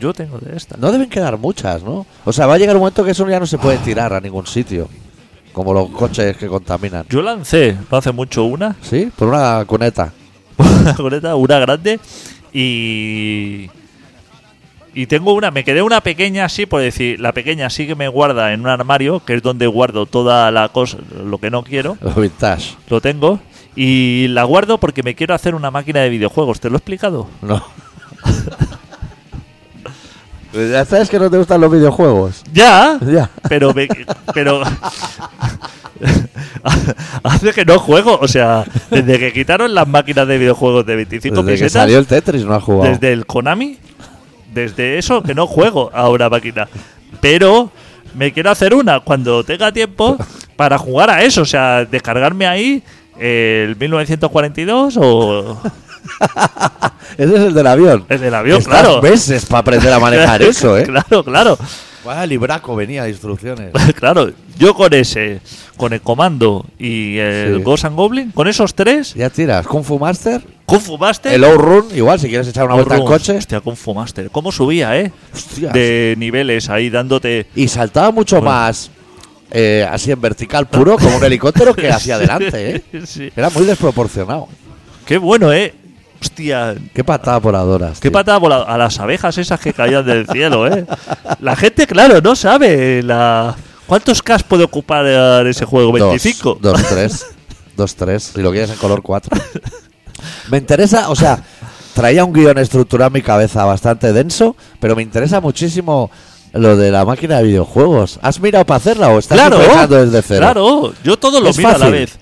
Yo tengo de esta.
No deben quedar muchas, ¿no? O sea, va a llegar un momento que eso ya no se
Ah.
puede tirar a ningún sitio. Como los coches que contaminan.
Yo lancé no hace mucho una,
¿Sí? Por una cuneta.
una coleta, una grande, y. Y tengo una, me quedé una pequeña así, por decir, la pequeña sí que me guarda en un armario, que es donde guardo toda la cosa, lo que no quiero.
Vintage.
Lo tengo. Y la guardo porque me quiero hacer una máquina de videojuegos. ¿Te lo he explicado?
No. Pues ya sabes que no te gustan los videojuegos.
¡Ya!
Ya.
Pero me- pero. Hace que no juego. O sea, desde que quitaron las máquinas de videojuegos de 25
Desde que
pesetas,
salió el Tetris no ha jugado.
desde el Konami, desde eso que no juego a una máquina. Pero me quiero hacer una cuando tenga tiempo para jugar a eso. O sea, descargarme ahí el 1942 o
Ese es el del avión.
el del avión,
Estás
claro.
meses para aprender a manejar eso, ¿eh?
Claro, claro.
Vaya libraco venía de instrucciones.
Claro, yo con ese, con el Comando y el
Sí.
Ghost and Goblin, con esos tres,
Ya tiras, Kung Fu Master,
Kung Fu Master.
el Outrun, igual si quieres echar una vuelta en
Horror.
coche.
Hostia, Kung Fu Master. ¿Cómo subía, eh?
Hostias.
De niveles ahí dándote.
Y saltaba mucho
Bueno.
más eh, así en vertical puro, como un helicóptero, que hacia adelante, ¿eh?
Sí.
Era muy desproporcionado.
Qué bueno, eh. Hostia,
Qué patada por adoras.
qué patada volada. A las abejas esas que caían del cielo, eh. La gente, claro, no sabe la. ¿Cuántos Ks puede ocupar eh, ese juego? 25.
2, 3. 2, 3. Si lo quieres en color 4. Me interesa, o sea, traía un guión estructurado en mi cabeza bastante denso, pero me interesa muchísimo lo de la máquina de videojuegos. ¿Has mirado para hacerla o estás
claro,
empezando desde cero?
claro, yo todo lo
Es
miro a la
fácil.
vez.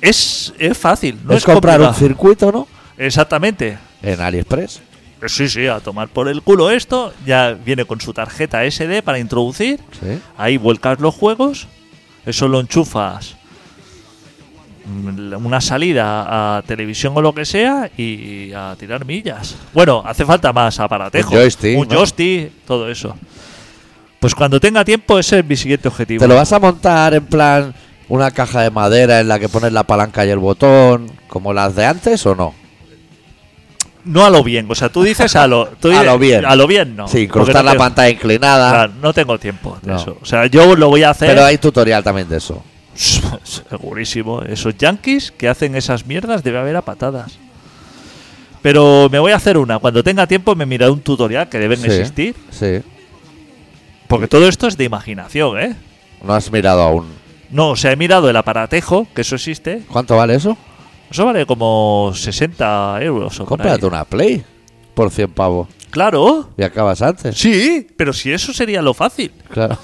Es, es fácil, no
es,
es,
comprar un
complicado.
circuito, ¿no?
Exactamente.
En AliExpress.
Sí, sí, a tomar por el culo esto. Ya viene con su tarjeta SD para introducir.
Sí.
Ahí vuelcas los juegos. Eso lo enchufas. mm, Una salida a televisión o lo que sea y a tirar millas. Bueno, hace falta más aparatejo.
Un joystick,
Un
¿no?
joystick, todo eso. Pues cuando tenga tiempo, ese es mi siguiente objetivo.
¿Te lo vas a montar en plan una caja de madera en la que pones la palanca y el botón, como las de antes o no?
No a lo bien, o sea, tú dices a lo, tú
A
dices-
lo bien.
A lo bien no.
Sin
porque
cruzar
no
la
tengo-
pantalla inclinada.
Claro, no tengo tiempo de
No.
eso. O sea, yo lo voy a hacer.
Pero hay tutorial también de eso.
Segurísimo. Esos yankees que hacen esas mierdas debe haber a patadas. Pero me voy a hacer una. Cuando tenga tiempo me miraré un tutorial que deben
Sí,
existir.
Sí.
Porque todo esto es de imaginación, ¿eh?
No has mirado aún.
No, o sea, he mirado el aparatejo, que eso existe.
¿Cuánto vale eso?
Eso vale como 60 euros. O por
Cómprate
ahí.
una Play por 100 pavos
Claro.
y acabas antes.
Sí, pero si eso sería lo fácil.
Claro.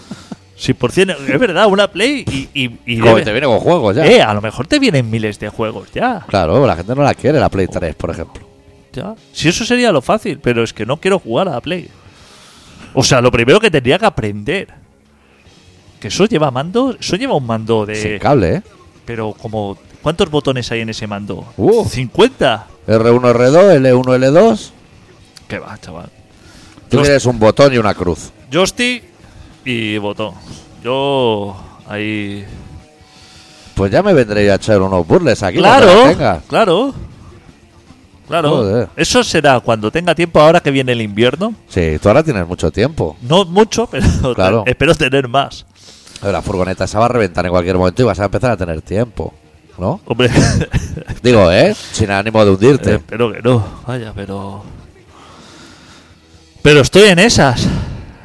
Si por 100 euros- es verdad, una Play y... y- y
Como
debe-
te viene con juegos ya.
Eh, a lo mejor te vienen miles de juegos ya.
Claro, la gente no la quiere, la Play 3, por ejemplo.
Ya. Si eso sería lo fácil, pero es que no quiero jugar a la Play. O sea, lo primero que tendría que aprender. Que eso lleva mando, eso lleva un mando de.
Sin cable, ¿eh?
pero como. ¿Cuántos botones hay en ese mando?
Uh.
¿50?
R1, R2, L1, L2.
Que va, chaval.
Tú
Yo-
quieres un botón y una cruz.
Joystick y botón. Yo. Ahí.
Pues ya me vendré yo a echar unos burles aquí. cuando la
Claro,
tengas.
claro. Claro.
Joder.
Eso será cuando tenga tiempo ahora que viene el invierno.
Sí, tú ahora tienes mucho tiempo.
No mucho, pero
Claro.
espero tener más.
A ver, La furgoneta se va a reventar en cualquier momento y vas a empezar a tener tiempo. ¿No?
Hombre,
Digo, ¿eh? Sin ánimo de hundirte.
Espero Eh, que no, vaya, pero. Pero estoy en esas.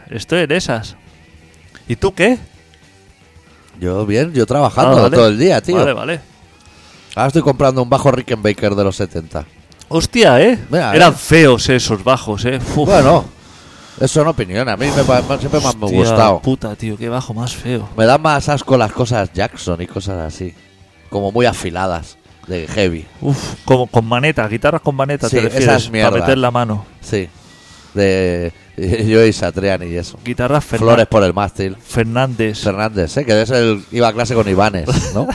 Estoy en esas. ¿Y tú qué?
Yo bien, yo
Ah,
trabajando
vale.
todo el día, tío.
Vale, vale.
Ahora estoy comprando un bajo Rickenbacker de los 70.
Hostia, ¿eh?
Mira,
Eran
eh.
feos esos bajos, ¿eh? Uf.
Bueno, eso no opinión. A mí me, pa- me- siempre me han
Hostia,
gustado.
puta, tío, qué bajo más feo.
Me dan más asco las cosas Jackson y cosas así. Como muy afiladas, de heavy.
Uf, como con maneta, guitarras con maneta,
Sí,
te
esas
refieres,
mierdas.
para meter la mano.
Sí. De yo y Satriani y eso.
Guitarras Fernan-
Flores por el mástil.
Fernández.
Fernández, ¿eh? que es el iba a clase con Ivanes, ¿no?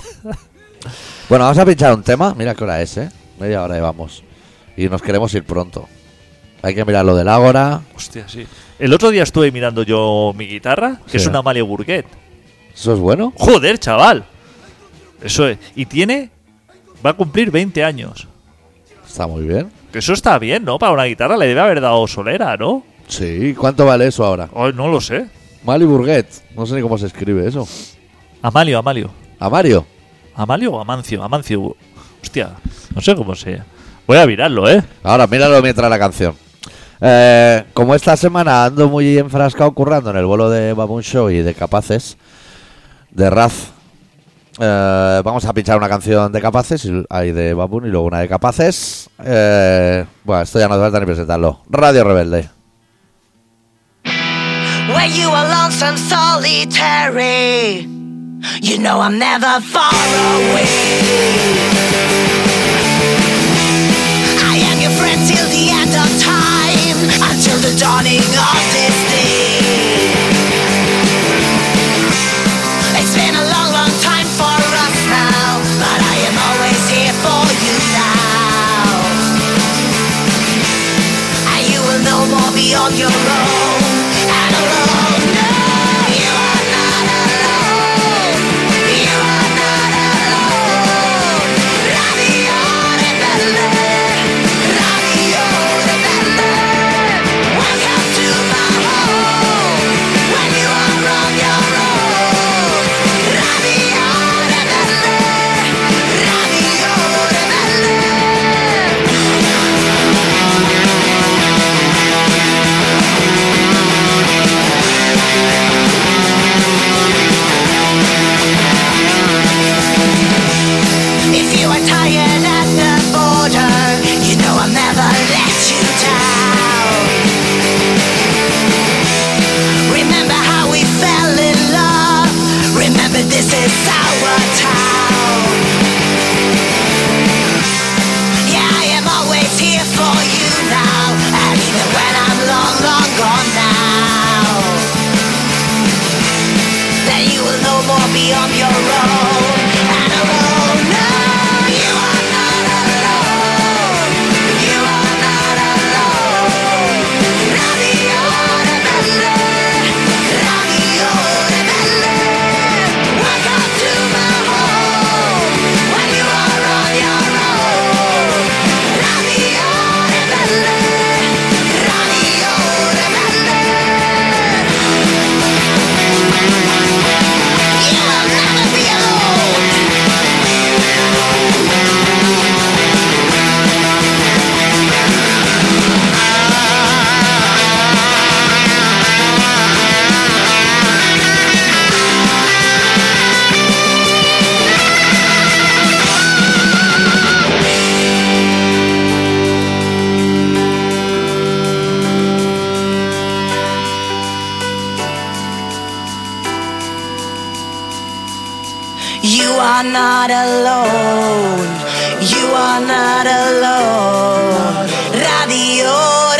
bueno, vamos a pinchar un tema. Mira qué hora es, ¿eh? Media hora llevamos. Y nos queremos ir pronto. Hay que mirar lo del Ágora.
Hostia, sí. El otro día estuve mirando yo mi guitarra, que
Sí.
es una Malle Burguet.
¿Eso es bueno?
Joder, chaval. Eso es. Y tiene. Va a cumplir 20 años.
Está muy bien.
Que eso está bien, ¿no? Para una guitarra le debe haber dado solera, ¿no?
Sí, ¿cuánto vale eso ahora?
Ay, no lo sé.
Mali Burguet. No sé ni cómo se escribe eso.
Amalio, Amalio.
A Mario.
¿Amalio o Amancio? Amancio. Hostia, no sé cómo sea. Voy a mirarlo, ¿eh?
Ahora, míralo mientras la canción. Eh, como esta semana ando muy enfrascado currando en el vuelo de Baboon Show y de Capaces, de Raz, eh, vamos a pinchar una canción de Capaces, y, ay, de Baboon y luego una de Capaces. Eh, bueno, esto ya no hace falta ni presentarlo. Radio Rebelde.
Were you are lonesome solitary?
You know I'm never far away. I am your friend till the end of time, until the dawning of this day. It's been a long, long time for us now, but I am always here for you now. And you will no more be on your own. and alone. No, you are not alone. You are not alone. Radio Rebelde, Radio Rebelde. Welcome to my home. When you are on your own. Radio Rebelde, Radio Rebelde. If you are tired at the border, you know I'll never let you down. Remember how we fell in love. Remember this is our town. Yeah, I am always here for you now, and even when I'm long, long gone now then you will no more be on your own. And alone, no, you are not alone. You are not alone. Radio Rebelde, Radio Rebelde. Welcome to my home. When you are on your own. Radio Rebelde, Radio Rebelde. You will never be alone. You are not alone. You are not alone. Radio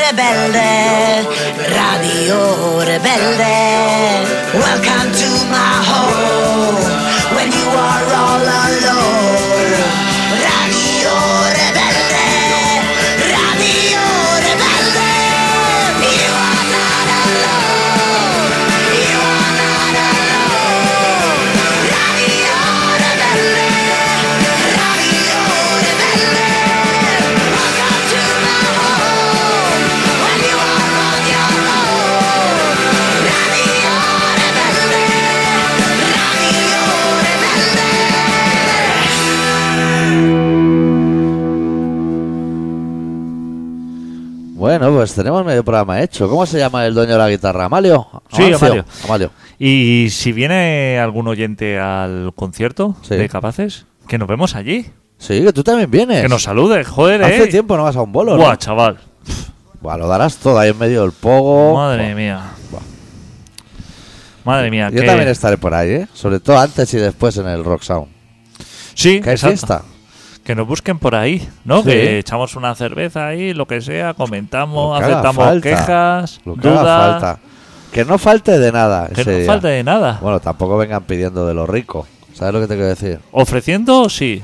Rebelde. Radio Rebelde. Welcome to my home. When you are all alone. Radio Rebelde. Radio Rebelde. You are not alone. You are not alone. Radio Rebelde, Radio Rebelde. Welcome to my home. When you are on your own, Radio Rebelde, Radio Rebelde.
Bueno, pues tenemos medio programa hecho. ¿Cómo se llama el dueño de la guitarra? ¿Amalio?
Sí,
¿Amancio?
Amalio.
Amalio.
Y si viene algún oyente al concierto
Sí.
de Capaces, que nos vemos allí.
Sí, que tú también vienes.
Que nos saludes, joder,
Hace
eh.
tiempo no vas a un bolo,
Buah,
¿no?
chaval.
Buah, lo darás todo ahí en medio del pogo.
Madre
Oh, Buah.
mía.
Buah.
Madre mía.
Yo
que-
también estaré por ahí, ¿eh? Sobre todo antes y después en el Rock Sound.
Sí,
¿Qué
exacto.
fiesta?
Que nos busquen por ahí, ¿no?
Sí.
Que echamos una cerveza ahí, lo que sea, comentamos,
Lo que haga
aceptamos
falta.
quejas,
Lo que haga
dudas.
falta. Que no falte de nada
Que
ese
no
día.
falte de nada.
Bueno, tampoco vengan pidiendo de lo rico. ¿Sabes lo que te quiero decir?
Ofreciendo, sí.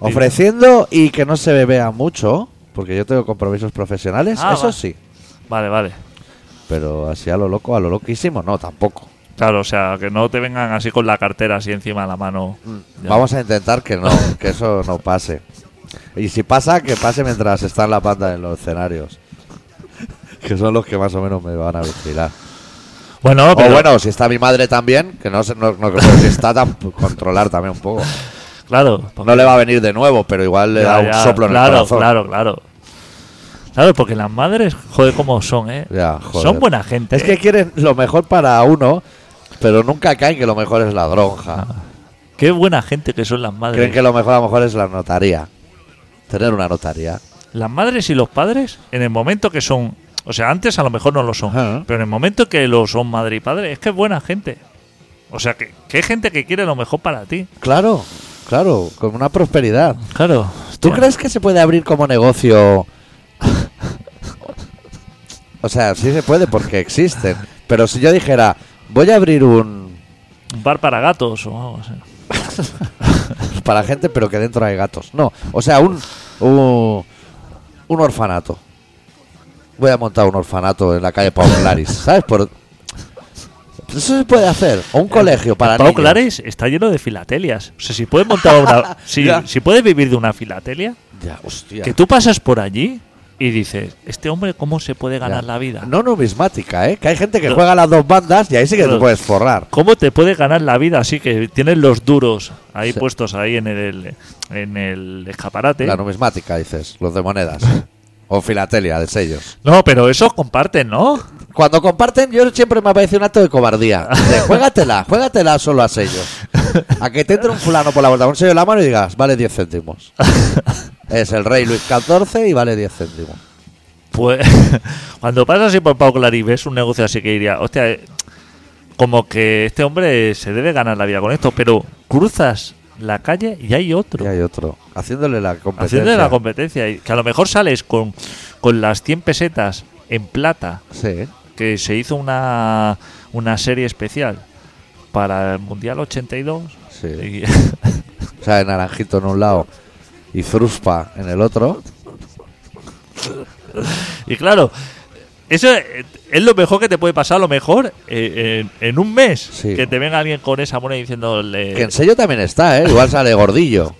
Ofreciendo y que no se bebea mucho, porque yo tengo compromisos profesionales,
Ah,
eso
va.
sí.
Vale, vale.
Pero así a lo loco, a lo loquísimo, no, tampoco.
Claro, o sea, que no te vengan así con la cartera así encima de la mano.
Mm.
Ya.
Vamos a intentar que no, que eso no pase. Y si pasa, que pase mientras están las bandas en los escenarios. Que son los que más o menos me van a vigilar.
Bueno,
O
pero
bueno, si está mi madre también, que no sé, no, no creo que está tan controlar también un poco.
claro. porque-
No le va a venir de nuevo, pero igual le
ya,
da un
ya,
soplo en
claro,
el corazón.
Claro, claro. Claro, porque las madres, joder, cómo son, ¿eh?
Ya, joder.
Son buena gente.
Es que
¿eh?
quieren lo mejor para uno, pero nunca caen que lo mejor es la dronja.
Ah, Qué buena gente que son las
Creen
madres.
que lo mejor a lo mejor es la notaría. Tener una notaría.
Las madres y los padres, en el momento que son. O sea, antes a lo mejor no lo son.
Ajá.
Pero en el momento que lo son madre y padre, es que es buena gente. O sea, que, que hay gente que quiere lo mejor para ti.
Claro, claro, con una prosperidad.
Claro.
¿Tú crees que se puede abrir como negocio? o sea, sí se puede porque existen. Pero si yo dijera, voy a abrir un
Un bar para gatos o algo así.
para gente, pero que dentro hay gatos. No, o sea, un, un, un orfanato. Voy a montar un orfanato en la calle Pau Claris, ¿sabes? Por... Eso se puede hacer. O un colegio para
Eh, Pau
niños.
Claris está lleno de filatelias. O sea, si puedes montar una. si,
Ya.
si puedes vivir de una filatelia,
Ya, hostia.
que tú pasas por allí y dices, este hombre, ¿cómo se puede
Ya.
ganar la vida?
No numismática, ¿eh? Que hay gente que
No.
juega las dos bandas y ahí sí que te
No.
puedes forrar.
¿Cómo te puede ganar la vida así que tienes los duros ahí
Sí.
puestos ahí en el, en el escaparate?
La numismática, dices, los de monedas. o filatelia de sellos.
No, pero esos comparten, ¿no?
Cuando comparten, yo siempre me parece un acto de cobardía. De, juégatela, juégatela solo a sellos. A que te entre un fulano por la vuelta con un sello en la mano y digas, vale 10 céntimos. Es el rey Luis XIV y vale 10 céntimos.
Pues cuando pasas así por Pau Clarí ves un negocio así que diría, hostia, eh, como que este hombre se debe ganar la vida con esto, pero cruzas la calle y hay otro.
Y hay otro. Haciéndole la competencia.
Haciendo la competencia, y que a lo mejor sales con, con las 100 pesetas en plata,
Sí.
que se hizo una, una serie especial para el Mundial 82.
Sí.
Y-
O sea, de naranjito en un lado y fruspa en el otro.
Y claro, eso eh, es lo mejor que te puede pasar, a lo mejor eh, en, en un mes.
Sí.
Que te venga alguien con esa moneda diciéndole.
Que en sello también está, ¿eh? Igual sale gordillo.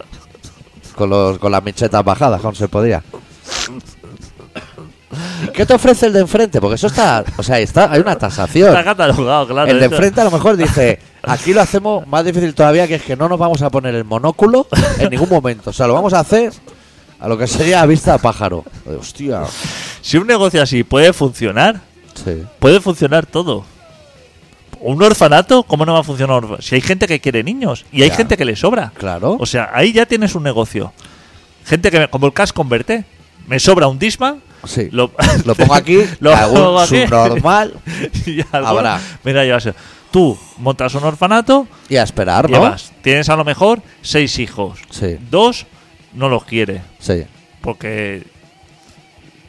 Con, los, con las michetas bajadas, como se podía. ¿Y ¿Qué te ofrece el de enfrente? Porque eso está. O sea, está, hay una tasación.
Está catalogado, claro.
El de
esto-
enfrente a lo mejor dice: aquí lo hacemos más difícil todavía, que es que no nos vamos a poner el monóculo en ningún momento. O sea, lo vamos a hacer a lo que sería a vista de pájaro. Hostia.
Si un negocio así puede funcionar,
Sí.
puede funcionar todo. Un orfanato, ¿cómo no va a funcionar? un orfa- Si hay gente que quiere niños y hay
Ya.
gente que le sobra.
Claro.
O sea, ahí ya tienes un negocio. Gente que, me- como el Cash Converté, me sobra un Disman.
Sí.
Lo,
Lo pongo aquí,
lo pongo
algún
aquí.
subnormal
y algo-
Habrá.
Mira, yo así, Tú montas un orfanato,
y a esperar, ¿no?
llevas, tienes a lo mejor seis hijos.
Sí.
Dos no los quiere
Sí.
porque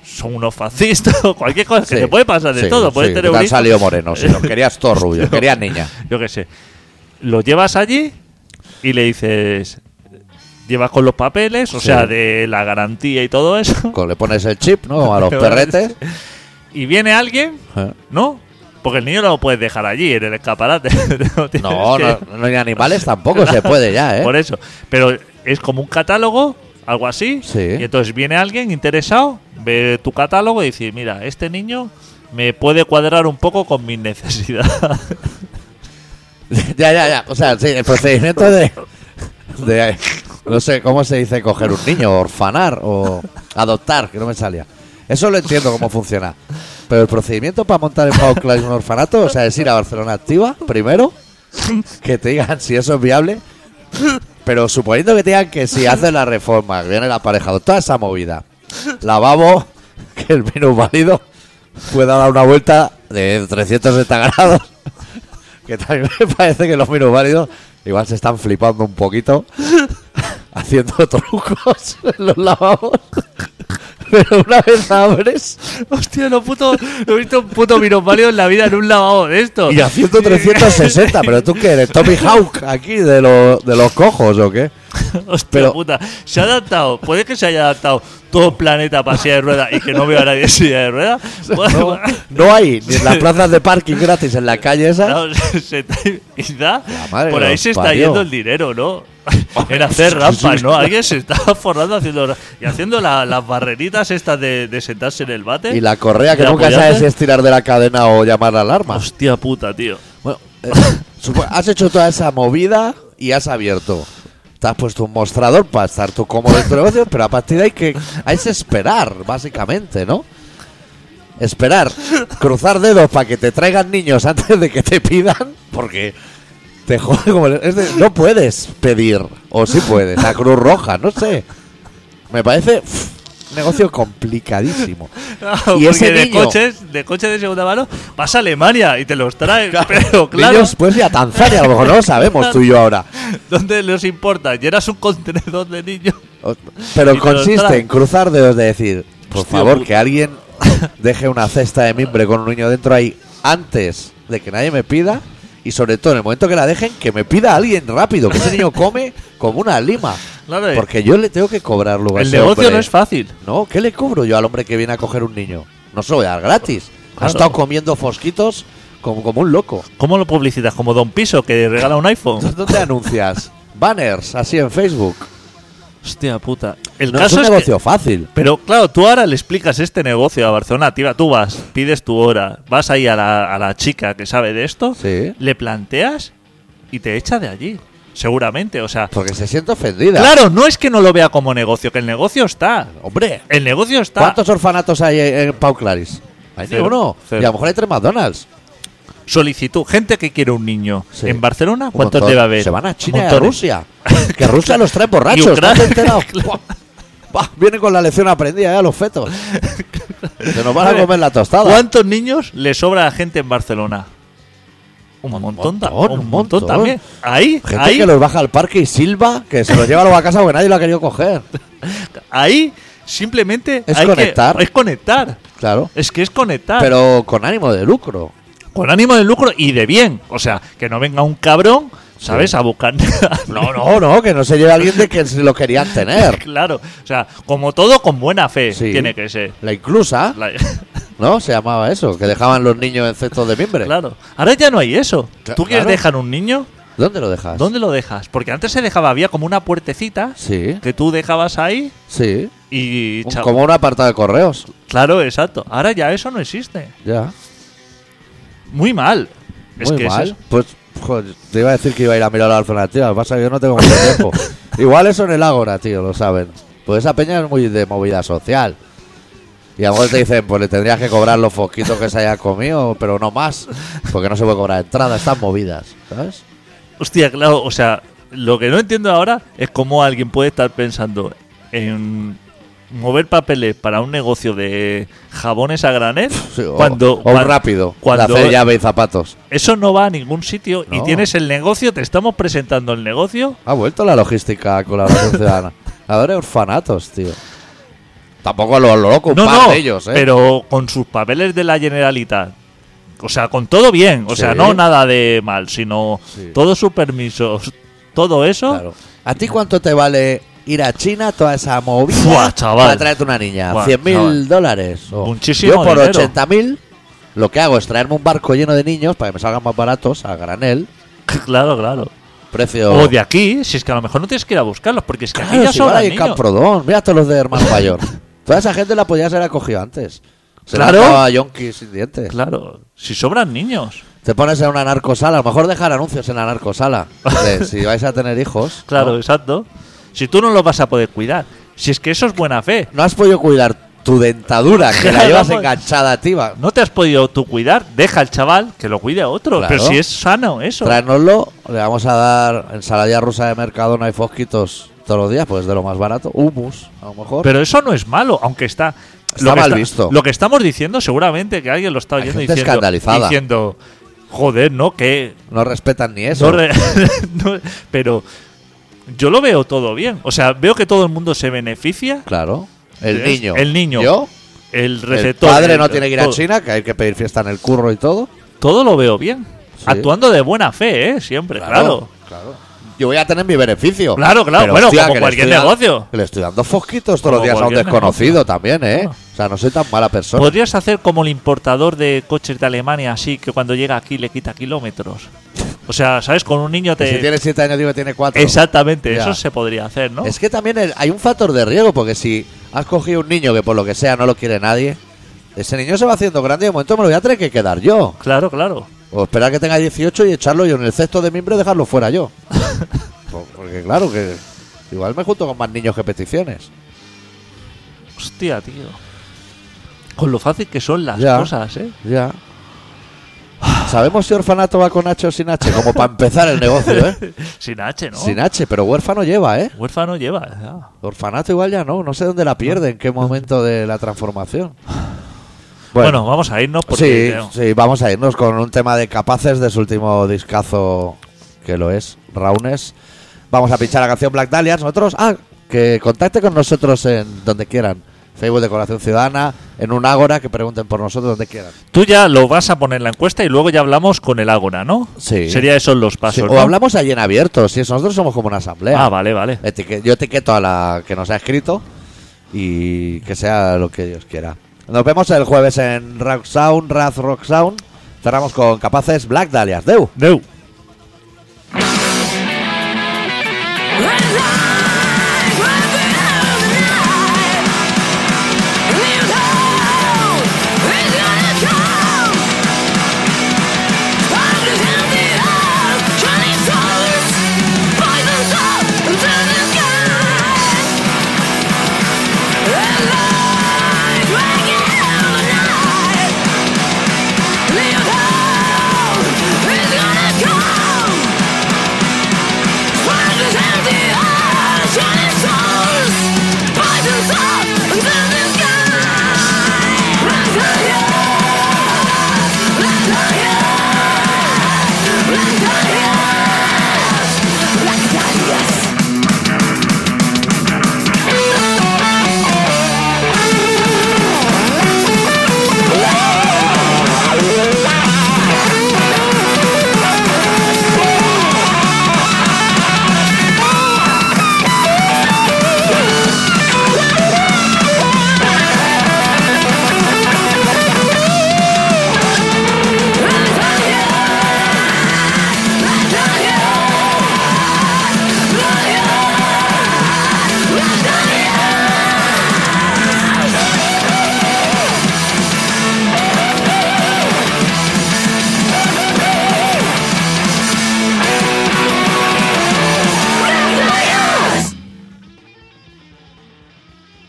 son unos fascistas o cualquier cosa que
Sí,
te puede pasar de
sí,
todo. Puedes
sí,
tener
que te
un
han
hijo,
salido moreno, si los querías todo rubio, querías niña.
yo qué sé. Lo llevas allí y le dices. Llevas con los papeles, o
Sí.
sea, de la garantía y todo eso.
Co- Le pones el chip, ¿no? A los perretes.
Y viene alguien,
Eh.
¿no? Porque el niño no lo puedes dejar allí, en el escaparate. No, tienes
No,
que-
no, no hay animales tampoco, se puede ya, ¿eh?
Por eso. Pero es como un catálogo, algo así.
Sí.
Y entonces viene alguien interesado, ve tu catálogo y dice, mira, este niño me puede cuadrar un poco con mis necesidades.
ya, ya, ya. O sea, sí, el procedimiento de, de- No sé cómo se dice coger un niño, orfanar o adoptar, que no me salía. Eso lo entiendo cómo funciona. Pero el procedimiento para montar en Pau Claris un orfanato, o sea, es ir a Barcelona Activa primero, que te digan si eso es viable. Pero suponiendo que te digan que si haces la reforma, que viene el aparejado, toda esa movida, lavabo, que el vino válido pueda dar una vuelta de 360 grados que también me parece que los minusválidos igual se están flipando un poquito haciendo trucos en los lavabos. Pero una vez abres
Hostia, no puto, no he visto un puto minusválido en la vida en un lavado de esto.
y haciendo 360, pero tú que eres Tommy Hawk aquí de, lo- de los cojos o qué?
Hostia
pero-
puta. Se ha adaptado. Puede que se haya adaptado todo el planeta para silla de ruedas y que no veo a nadie en silla de ruedas.
No, no hay ni en las plazas de parking gratis en la calle esa.
Claro, se- se está- y da-
La madre
por
que
ahí
los
se está
parió.
yendo el dinero, ¿no? En hacer rampas, ¿no? Alguien se está forrando haciendo ra- y haciendo la- las barreritas estas de, de sentarse en el bate.
Y la correa que
¿De
nunca sabes
apoyarte?
si es tirar de la cadena o llamar la alarma.
Hostia puta, tío.
Bueno, eh, supo- has hecho toda esa movida y has abierto. Te has puesto un mostrador para estar tú cómodo en tu negocio, pero a partir de ahí que hay que esperar, básicamente, ¿no? Esperar, cruzar dedos para que te traigan niños antes de que te pidan, porque te jode como... el- es de- no puedes pedir, o sí puedes, la Cruz Roja, no sé. Me parece... pff, negocio complicadísimo.
Ah, Porque
ese
de
niño-
coches, de coches de segunda mano, vas a Alemania y te los traen. Pero claro,
Niños, pues y a Tanzania, a lo mejor no lo sabemos tú y yo ahora.
¿dónde les importa? Llenas un contenedor de niños.
O- Pero
Y te los
consiste
traen.
en cruzar dedos de decir, por
Hostia
favor,
puta.
que alguien deje una cesta de mimbre con un niño dentro ahí antes de que nadie me pida. Y sobre todo en el momento que la dejen, que me pida a alguien rápido, que ese niño come como una lima.
Claro, eh.
Porque yo le tengo que cobrar luego a
El
ese
negocio
hombre.
no es fácil.
No, ¿qué le cobro yo al hombre que viene a coger un niño? No se lo voy a dar gratis. Ha
Claro.
estado comiendo fosquitos como, como un loco.
¿Cómo lo publicitas? Como Don Piso que regala un iPhone.
¿Dónde anuncias? Banners, así en Facebook.
Hostia puta. El
No es
caso
un
es que-
negocio fácil.
Pero claro, tú ahora le explicas este negocio a Barcelona, tía, tú vas, pides tu hora, vas ahí a la, a la chica que sabe de esto,
Sí.
le planteas y te echa de allí, seguramente, o sea...
Porque se siente ofendida.
Claro, no es que no lo vea como negocio, que el negocio está,
Hombre,
el negocio está...
¿cuántos orfanatos hay en en Pau Claris? Hay
Cero,
ninguno.
cero. Ah,
Y a lo mejor hay tres McDonald's.
Solicitud, gente que quiere un niño.
Sí.
En Barcelona,
Un
pues ¿cuántos
montón.
debe haber?
Se van a China y a
Montones.
Rusia. que Rusia los trae borrachos. ¿no te has
Ucrania,
enterado? Buah, buah, Vienen con la lección aprendida, ya los fetos. Se nos van a
Vale.
comer la tostada.
¿Cuántos niños le sobra a gente en Barcelona? Un, montón, ta-
montón,
un
un
montón
montón.
también. Ahí,
Gente
ahí,
que los baja al parque y silba, que se los lleva luego a casa porque nadie lo ha querido coger.
ahí simplemente
Es
hay que-
conectar.
es conectar.
Claro.
Es que es conectar.
Pero con ánimo de lucro.
con ánimo de lucro y de bien. O sea, que no venga un cabrón, ¿sabes?
Sí.
A buscar.
No, no, no, que no se lleve a alguien de que se lo querían tener.
claro. O sea, como todo, con buena fe
Sí.
tiene que ser.
La inclusa,
La-
¿no? Se llamaba eso, que dejaban los niños en cestos de mimbre.
claro. Ahora ya no hay eso.
Cla-
¿Tú quieres
claro.
dejar un niño?
¿Dónde lo dejas?
¿Dónde lo dejas? Porque antes se dejaba, había como una puertecita
Sí,
que tú dejabas ahí
sí.
y.
Un-
chao.
como un apartado de correos.
Claro, exacto. Ahora ya eso no existe.
Ya.
Muy mal. es
Muy
que es
mal.
eso.
pues joder, te iba a decir que iba a ir a mirar la alternativa. Lo que pasa es que yo no tengo mucho tiempo. Igual eso en el Ágora, tío, lo saben. Pues esa peña es muy de movida social. Y a lo mejor te dicen, pues le tendrías que cobrar los fosquitos que se haya comido, pero no más. Porque no se puede cobrar entrada, están movidas, ¿sabes?
Hostia, claro, o sea, lo que no entiendo ahora es cómo alguien puede estar pensando en mover papeles para un negocio de jabones a granel
Sí, o,
cuando,
o
cuan-
rápido,
cuando
de hacer llave y zapatos.
eso no va a ningún sitio y
No.
tienes el negocio, te estamos presentando el negocio.
Ha vuelto la logística con la colaboración ciudadana. Ahora hay orfanatos, tío. Tampoco a lo, a lo loco, un
no,
par
no,
de ellos, ¿eh?
pero con sus papeles de la Generalitat. O sea, con todo bien, o
Sí.
sea, no nada de mal, sino
Sí.
todos sus permisos, todo eso.
Claro. ¿A ti cuánto te vale ir a China, toda esa movida?
Fua, chaval.
Para traerte una niña.
Fua,
100 mil
chaval.
dólares. o-
Muchísimo
Yo por
dinero.
80 mil, lo que hago es traerme un barco lleno de niños para que me salgan más baratos a granel.
claro, claro.
Precio.
O Oh, de aquí, si es que a lo mejor no tienes que ir a buscarlos, porque es que aquí
Claro,
ya
si
sobran
ahora hay en
niños.
Camprodón. Mira todos los de Hermano Mayor. Toda esa gente la podías haber acogido antes. Se la
Claro.
han dado a yonkis sin dientes.
Claro, si sobran niños.
Te pones en una narcosala. A lo mejor dejar anuncios en la narcosala. De, si vais a tener hijos.
Claro, exacto. Si tú no los vas a poder cuidar. Si es que eso es buena fe.
No has podido cuidar tu dentadura, que la
Claro,
llevas
pues.
enganchada a ti. va.
No te has podido tú cuidar, deja al chaval que lo cuide a otro.
Claro.
Pero si es sano eso.
Tráenoslo, le vamos a dar ensalada rusa de Mercadona y fosquitos todos los días, pues de lo más barato. Humus, a lo mejor.
Pero eso no es malo, aunque está.
Está mal visto.
Lo que estamos diciendo, seguramente que alguien lo está
Hay
oyendo
gente
diciendo.
escandalizada.
Diciendo, joder, ¿no? Que.
no respetan ni eso.
no re- no- pero yo lo veo todo bien. O sea, veo que todo el mundo se beneficia.
claro. El
Es-
niño.
el niño.
Yo.
El
El
receptor.
padre
el-
no tiene que ir a
todo.
China, que hay que pedir fiesta en el curro y todo.
Todo lo veo bien.
Sí.
Actuando de buena fe, ¿eh? Siempre, claro.
claro. Yo voy a tener mi beneficio.
Claro, claro.
Pero,
Bueno,
hostia,
como
que le
cualquier
estoy da-
negocio.
que le estoy dando fosquitos todos
Como
los días a un
cualquier
desconocido también, ¿eh?
Claro. Pues
O sea, no soy tan mala persona.
Podrías hacer como el importador de coches de Alemania, así que cuando llega aquí le quita kilómetros. O sea, ¿sabes? Con un niño
Que
te.
Si tiene 7 años, digo que tiene 4.
Exactamente,
Ya.
eso se podría hacer, ¿no?
Es que también el- hay un factor de riesgo, porque si has cogido un niño que por lo que sea no lo quiere nadie, ese niño se va haciendo grande y de momento me lo voy a tener que quedar yo.
Claro, claro.
O esperar que tenga 18 y echarlo yo en el cesto de mimbre y dejarlo fuera yo. Po- Porque claro que igual me junto con más niños que peticiones.
Hostia, tío. Con lo fácil que son las
Ya.
cosas, ¿eh?
Ya. ¿Sabemos si orfanato va con H o sin H? Como para empezar el negocio, ¿eh?
Sin H, ¿no?
Sin H, pero huérfano lleva, ¿eh?
Huérfano lleva. ya.
Orfanato igual ya no, no sé dónde la pierde, en qué momento de la transformación.
Bueno, vamos a irnos porque
sí,
creo-
sí, vamos a irnos con un tema de Capaces de su último discazo, que lo es, Raunes. Vamos a pinchar la canción Black Dahlia. Nosotros, ah, que contacte con nosotros en donde quieran. Facebook de Corazón Ciudadana, en un Ágora, que pregunten por nosotros donde quieran.
tú ya lo vas a poner en la encuesta y luego ya hablamos con el Ágora, ¿no?
Sí.
Sería esos los
Sí,
pasos.
o
¿no?
hablamos allí en abierto, si eso, nosotros somos como una asamblea.
Ah, vale, vale.
Etique- yo etiqueto a la que nos ha escrito y que sea lo que Dios quiera. Nos vemos el jueves en Rock Sound, Raz Rock Sound. Cerramos con Capaces Black Dahlias. Deu.
Deu.